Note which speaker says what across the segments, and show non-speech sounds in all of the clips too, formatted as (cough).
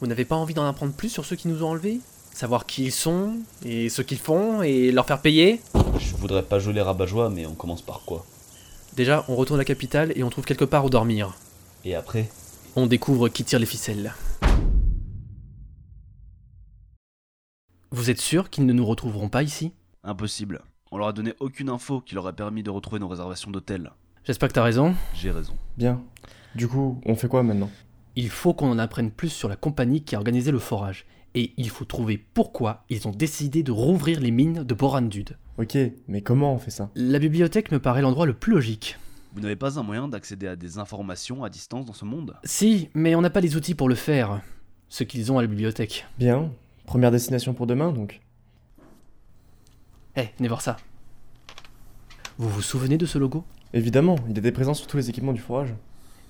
Speaker 1: Vous n'avez pas envie d'en apprendre plus sur ceux qui nous ont enlevés Savoir qui ils sont, et ce qu'ils font, et leur faire payer
Speaker 2: Je voudrais pas jouer les rabat mais on commence par quoi
Speaker 1: Déjà, on retourne à la capitale et on trouve quelque part où dormir.
Speaker 2: Et après
Speaker 1: On découvre qui tire les ficelles. Vous êtes sûr qu'ils ne nous retrouveront pas ici
Speaker 3: Impossible. On leur a donné aucune info qui leur a permis de retrouver nos réservations d'hôtel.
Speaker 1: J'espère que t'as raison.
Speaker 3: J'ai raison.
Speaker 4: Bien. Du coup, on fait quoi maintenant
Speaker 1: Il faut qu'on en apprenne plus sur la compagnie qui a organisé le forage. Et il faut trouver pourquoi ils ont décidé de rouvrir les mines de Borandud.
Speaker 4: Ok, mais comment on fait ça
Speaker 1: La bibliothèque me paraît l'endroit le plus logique.
Speaker 3: Vous n'avez pas un moyen d'accéder à des informations à distance dans ce monde
Speaker 1: Si, mais on n'a pas les outils pour le faire. Ce qu'ils ont à la bibliothèque.
Speaker 4: Bien. Première destination pour demain, donc.
Speaker 1: Eh, venez voir ça. Vous vous souvenez de ce logo
Speaker 4: Évidemment, il était présent sur tous les équipements du forage.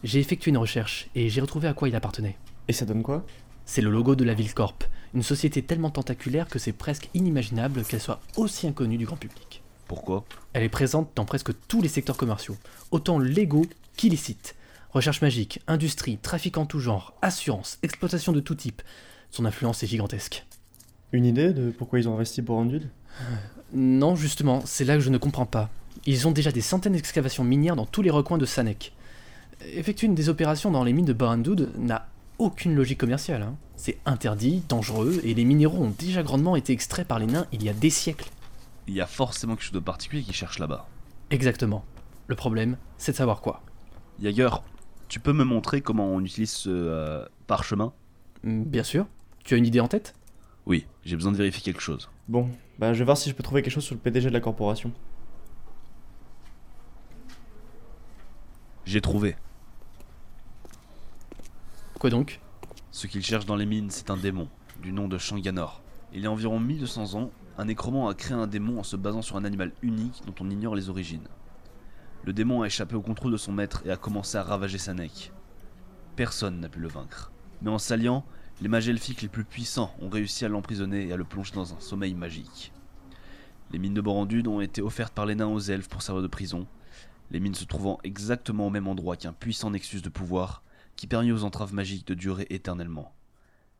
Speaker 1: J'ai effectué une recherche et j'ai retrouvé à quoi il appartenait.
Speaker 4: Et ça donne quoi
Speaker 1: C'est le logo de la Ville Corp, une société tellement tentaculaire que c'est presque inimaginable qu'elle soit aussi inconnue du grand public.
Speaker 3: Pourquoi
Speaker 1: Elle est présente dans presque tous les secteurs commerciaux, autant légaux qu'illicites. Recherche magique, industrie, trafic en tout genre, assurance, exploitation de tout type. Son influence est gigantesque.
Speaker 4: Une idée de pourquoi ils ont investi pour Andude
Speaker 1: Non, justement, c'est là que je ne comprends pas. Ils ont déjà des centaines d'excavations minières dans tous les recoins de Sanek. Effectuer une des opérations dans les mines de Barandoud n'a aucune logique commerciale. hein. C'est interdit, dangereux, et les minéraux ont déjà grandement été extraits par les nains il y a des siècles.
Speaker 3: Il y a forcément quelque chose de particulier qu'ils cherchent là-bas.
Speaker 1: Exactement. Le problème, c'est de savoir quoi.
Speaker 3: Jaeger, tu peux me montrer comment on utilise ce euh, parchemin
Speaker 1: Hmm, Bien sûr. Tu as une idée en tête
Speaker 3: Oui, j'ai besoin de vérifier quelque chose.
Speaker 4: Bon, bah je vais voir si je peux trouver quelque chose sur le PDG de la corporation.
Speaker 3: J'ai trouvé.
Speaker 1: Quoi donc
Speaker 3: Ce qu'ils cherchent dans les mines, c'est un démon, du nom de Shanganor. Il y a environ 1200 ans, un nécromant a créé un démon en se basant sur un animal unique dont on ignore les origines. Le démon a échappé au contrôle de son maître et a commencé à ravager sa Sanek. Personne n'a pu le vaincre. Mais en s'alliant, les mages elfiques les plus puissants ont réussi à l'emprisonner et à le plonger dans un sommeil magique. Les mines de Borandud ont été offertes par les nains aux elfes pour servir de prison, les mines se trouvant exactement au même endroit qu'un puissant nexus de pouvoir qui permet aux entraves magiques de durer éternellement.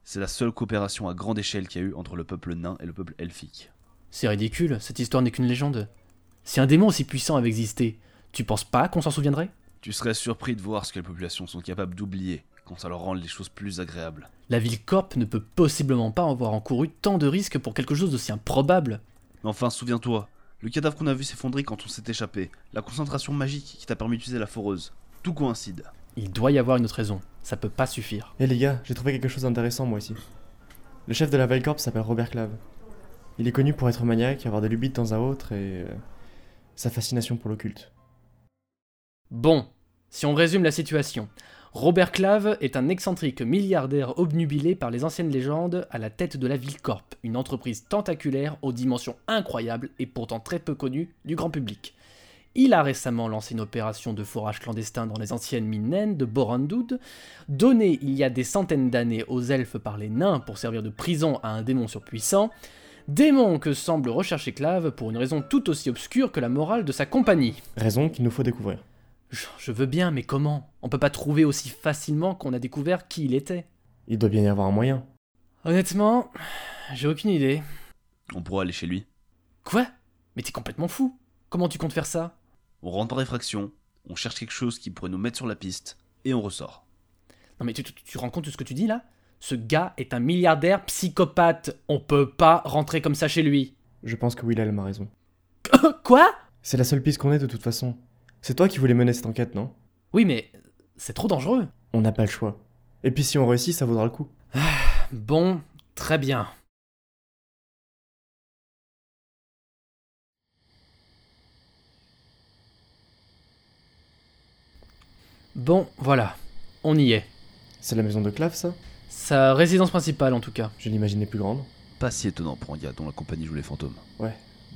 Speaker 3: C'est la seule coopération à grande échelle qu'il y a eu entre le peuple nain et le peuple elfique.
Speaker 1: C'est ridicule, cette histoire n'est qu'une légende. Si un démon aussi puissant avait existé, tu penses pas qu'on s'en souviendrait
Speaker 3: Tu serais surpris de voir ce que les populations sont capables d'oublier quand ça leur rend les choses plus agréables.
Speaker 1: La ville Corp ne peut possiblement pas avoir encouru tant de risques pour quelque chose d'aussi improbable.
Speaker 3: Mais enfin, souviens-toi, le cadavre qu'on a vu s'effondrer quand on s'est échappé, la concentration magique qui t'a permis d'utiliser la foreuse, tout coïncide.
Speaker 1: Il doit y avoir une autre raison. Ça peut pas suffire.
Speaker 4: Eh les gars, j'ai trouvé quelque chose d'intéressant moi ici. Le chef de la Valcorp s'appelle Robert Clave. Il est connu pour être maniaque, avoir des lubies de temps à autre et. euh, sa fascination pour l'occulte.
Speaker 1: Bon, si on résume la situation. Robert Clave est un excentrique milliardaire obnubilé par les anciennes légendes à la tête de la Ville Corp, une entreprise tentaculaire aux dimensions incroyables et pourtant très peu connue du grand public. Il a récemment lancé une opération de forage clandestin dans les anciennes mines naines de Borandoud, donnée il y a des centaines d'années aux elfes par les nains pour servir de prison à un démon surpuissant, démon que semble rechercher Clave pour une raison tout aussi obscure que la morale de sa compagnie.
Speaker 4: Raison qu'il nous faut découvrir.
Speaker 1: Je, je veux bien, mais comment On peut pas trouver aussi facilement qu'on a découvert qui il était.
Speaker 4: Il doit bien y avoir un moyen.
Speaker 1: Honnêtement, j'ai aucune idée.
Speaker 3: On pourra aller chez lui.
Speaker 1: Quoi Mais t'es complètement fou Comment tu comptes faire ça
Speaker 3: On rentre par effraction, on cherche quelque chose qui pourrait nous mettre sur la piste, et on ressort.
Speaker 1: Non mais tu, tu, tu rends compte de ce que tu dis là Ce gars est un milliardaire psychopathe. On peut pas rentrer comme ça chez lui. (laughs)
Speaker 4: Je pense que Willem a raison.
Speaker 1: Quoi
Speaker 4: C'est la seule piste qu'on ait de toute façon. C'est toi qui voulais mener cette enquête, non
Speaker 1: Oui, mais c'est trop dangereux.
Speaker 4: On n'a pas le choix. Et puis si on réussit, ça vaudra le coup.
Speaker 1: Bon, très bien. Bon, voilà, on y est.
Speaker 4: C'est la maison de Clave, ça
Speaker 1: Sa résidence principale en tout cas.
Speaker 4: Je l'imaginais plus grande.
Speaker 3: Pas si étonnant pour un gars dont la compagnie joue les fantômes.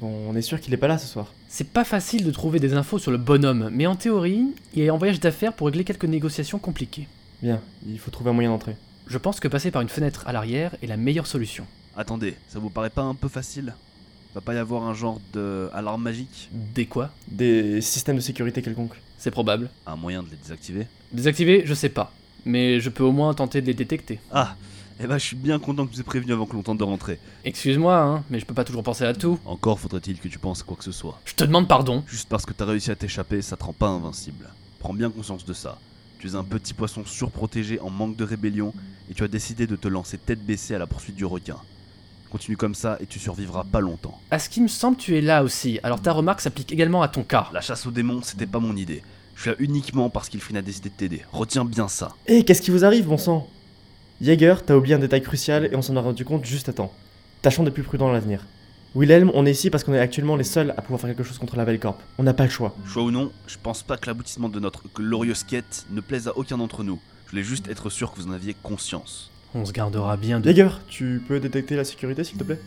Speaker 4: Bon, on est sûr qu'il est pas là ce soir.
Speaker 1: C'est pas facile de trouver des infos sur le bonhomme, mais en théorie, il est en voyage d'affaires pour régler quelques négociations compliquées.
Speaker 4: Bien, il faut trouver un moyen d'entrer.
Speaker 1: Je pense que passer par une fenêtre à l'arrière est la meilleure solution.
Speaker 3: Attendez, ça vous paraît pas un peu facile Va pas y avoir un genre de alarme magique
Speaker 1: Dès quoi
Speaker 4: Des systèmes de sécurité quelconques.
Speaker 1: C'est probable.
Speaker 3: Un moyen de les désactiver
Speaker 1: Désactiver, je sais pas, mais je peux au moins tenter de les détecter.
Speaker 3: Ah Eh ben, je suis bien content que tu aies prévenu avant que l'on tente de rentrer.
Speaker 1: Excuse-moi, hein, mais je peux pas toujours penser à tout.
Speaker 3: Encore faudrait-il que tu penses à quoi que ce soit.
Speaker 1: Je te demande pardon.
Speaker 3: Juste parce que t'as réussi à t'échapper, ça te rend pas invincible. Prends bien conscience de ça. Tu es un petit poisson surprotégé en manque de rébellion et tu as décidé de te lancer tête baissée à la poursuite du requin. Continue comme ça et tu survivras pas longtemps.
Speaker 1: À ce qui me semble, tu es là aussi, alors ta remarque s'applique également à ton cas.
Speaker 3: La chasse aux démons, c'était pas mon idée. Je suis là uniquement parce qu'Ilfrine a décidé de t'aider. Retiens bien ça.
Speaker 4: Hé, Eh, qu'est-ce qui vous arrive, bon sang Jaeger, t'as oublié un détail crucial et on s'en est rendu compte juste à temps. Tâchons d'être plus prudents à l'avenir. Wilhelm, on est ici parce qu'on est actuellement les seuls à pouvoir faire quelque chose contre la Velcorp. On n'a pas le choix.
Speaker 3: Choix ou non, je pense pas que l'aboutissement de notre glorieuse quête ne plaise à aucun d'entre nous. Je voulais juste être sûr que vous en aviez conscience.
Speaker 1: On se gardera bien de.
Speaker 4: Jaeger, tu peux détecter la sécurité, s'il te plaît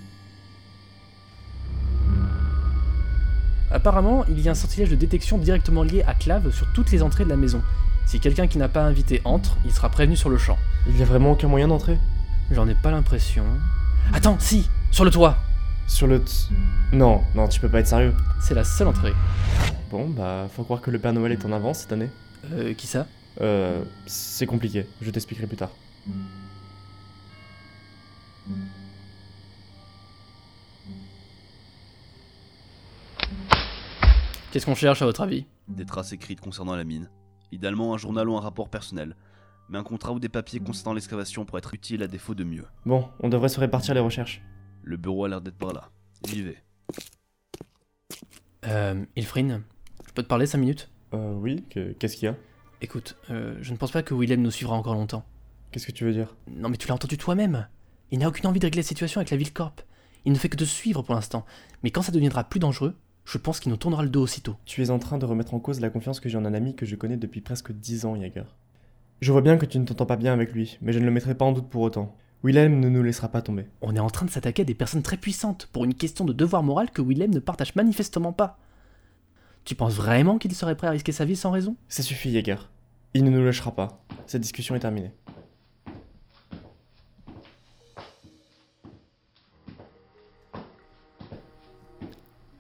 Speaker 1: Apparemment, il y a un sortilège de détection directement lié à Clave sur toutes les entrées de la maison. Si quelqu'un qui n'a pas invité entre, il sera prévenu sur le champ.
Speaker 4: Il y a vraiment aucun moyen d'entrer
Speaker 1: J'en ai pas l'impression. Attends, si Sur le toit
Speaker 4: Sur le... t- Non, non, tu peux pas être sérieux.
Speaker 1: C'est la seule entrée.
Speaker 4: Bon, bah, faut croire que le Père Noël est en avance cette année.
Speaker 1: Euh, qui ça
Speaker 4: Euh, c'est compliqué, je t'expliquerai plus tard.
Speaker 1: Qu'est-ce qu'on cherche à votre avis
Speaker 3: Des traces écrites concernant la mine. Idéalement un journal ou un rapport personnel. Mais un contrat ou des papiers concernant l'excavation pourraient être utile à défaut de mieux.
Speaker 4: Bon, on devrait se répartir les recherches.
Speaker 3: Le bureau a l'air d'être par là. J'y vais.
Speaker 1: Euh, Ilfrine, je peux te parler 5 minutes
Speaker 4: Euh, oui, que- qu'est-ce qu'il y a
Speaker 1: Écoute, euh, je ne pense pas que Willem nous suivra encore longtemps.
Speaker 4: Qu'est-ce que tu veux dire
Speaker 1: Non mais tu l'as entendu toi-même. Il n'a aucune envie de régler la situation avec la ville corp. Il ne fait que te suivre pour l'instant. Mais quand ça deviendra plus dangereux, je pense qu'il nous tournera le dos aussitôt.
Speaker 4: Tu es en train de remettre en cause la confiance que j'ai en un ami que je connais depuis presque 10 ans, Jaeger. Je vois bien que tu ne t'entends pas bien avec lui, mais je ne le mettrai pas en doute pour autant. Wilhelm ne nous laissera pas tomber.
Speaker 1: On est en train de s'attaquer à des personnes très puissantes pour une question de devoir moral que Willem ne partage manifestement pas. Tu penses vraiment qu'il serait prêt à risquer sa vie sans raison
Speaker 4: Ça suffit, Jaeger. Il ne nous lâchera pas. Cette discussion est terminée.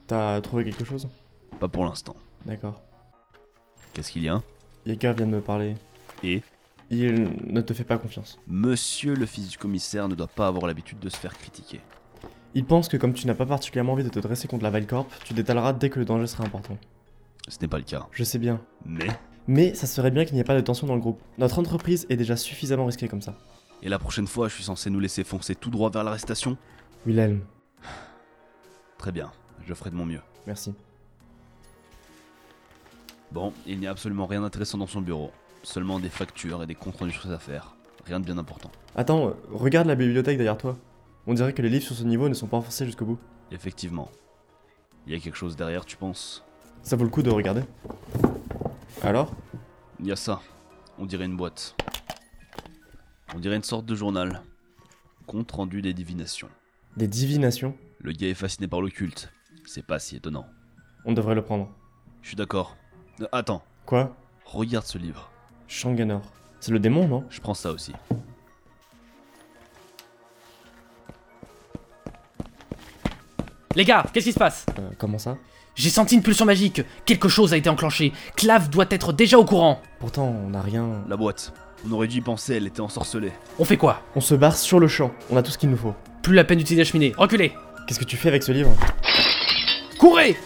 Speaker 4: T'as trouvé quelque chose
Speaker 3: Pas pour l'instant.
Speaker 4: D'accord.
Speaker 3: Qu'est-ce qu'il y a
Speaker 4: Jaeger vient de me parler.
Speaker 3: Et
Speaker 4: Il ne te fait pas confiance.
Speaker 3: Monsieur le fils du commissaire ne doit pas avoir l'habitude de se faire critiquer.
Speaker 4: Il pense que comme tu n'as pas particulièrement envie de te dresser contre la Valcorp, tu détaleras dès que le danger sera important.
Speaker 3: Ce n'est pas le cas.
Speaker 4: Je sais bien.
Speaker 3: Mais
Speaker 4: Mais ça serait bien qu'il n'y ait pas de tension dans le groupe. Notre entreprise est déjà suffisamment risquée comme ça.
Speaker 3: Et la prochaine fois, je suis censé nous laisser foncer tout droit vers l'arrestation
Speaker 4: Wilhelm,
Speaker 3: Très bien. Je ferai de mon mieux.
Speaker 4: merci.
Speaker 3: Bon, il n'y a absolument rien d'intéressant dans son bureau. Seulement des factures et des comptes rendus sur ses affaires. Rien de bien important.
Speaker 4: Attends, euh, regarde la bibliothèque derrière toi. On dirait que les livres sur ce niveau ne sont pas renforcés jusqu'au bout.
Speaker 3: Effectivement. Il y a quelque chose derrière, tu penses
Speaker 4: Ça vaut le coup de regarder. Alors
Speaker 3: Il y a ça. On dirait une boîte. On dirait une sorte de journal. Compte rendu des divinations.
Speaker 4: Des divinations
Speaker 3: Le gars est fasciné par l'occulte. C'est pas si étonnant.
Speaker 4: On devrait le prendre.
Speaker 3: Je suis d'accord. Euh, Attends,
Speaker 4: Quoi
Speaker 3: regarde ce livre.
Speaker 4: Shanganor. C'est le démon, non
Speaker 3: Je prends ça aussi.
Speaker 1: Les gars, qu'est-ce qui se passe
Speaker 4: Euh, Comment ça
Speaker 1: J'ai senti une pulsion magique. Quelque chose a été enclenché. Clave doit être déjà au courant.
Speaker 4: Pourtant, on n'a rien.
Speaker 3: La boîte. On aurait dû y penser, elle était ensorcelée.
Speaker 1: On fait quoi
Speaker 4: On se barre sur le champ. On a tout ce qu'il nous faut.
Speaker 1: Plus la peine d'utiliser la cheminée. Reculez
Speaker 4: Qu'est-ce que tu fais avec ce livre
Speaker 1: Courez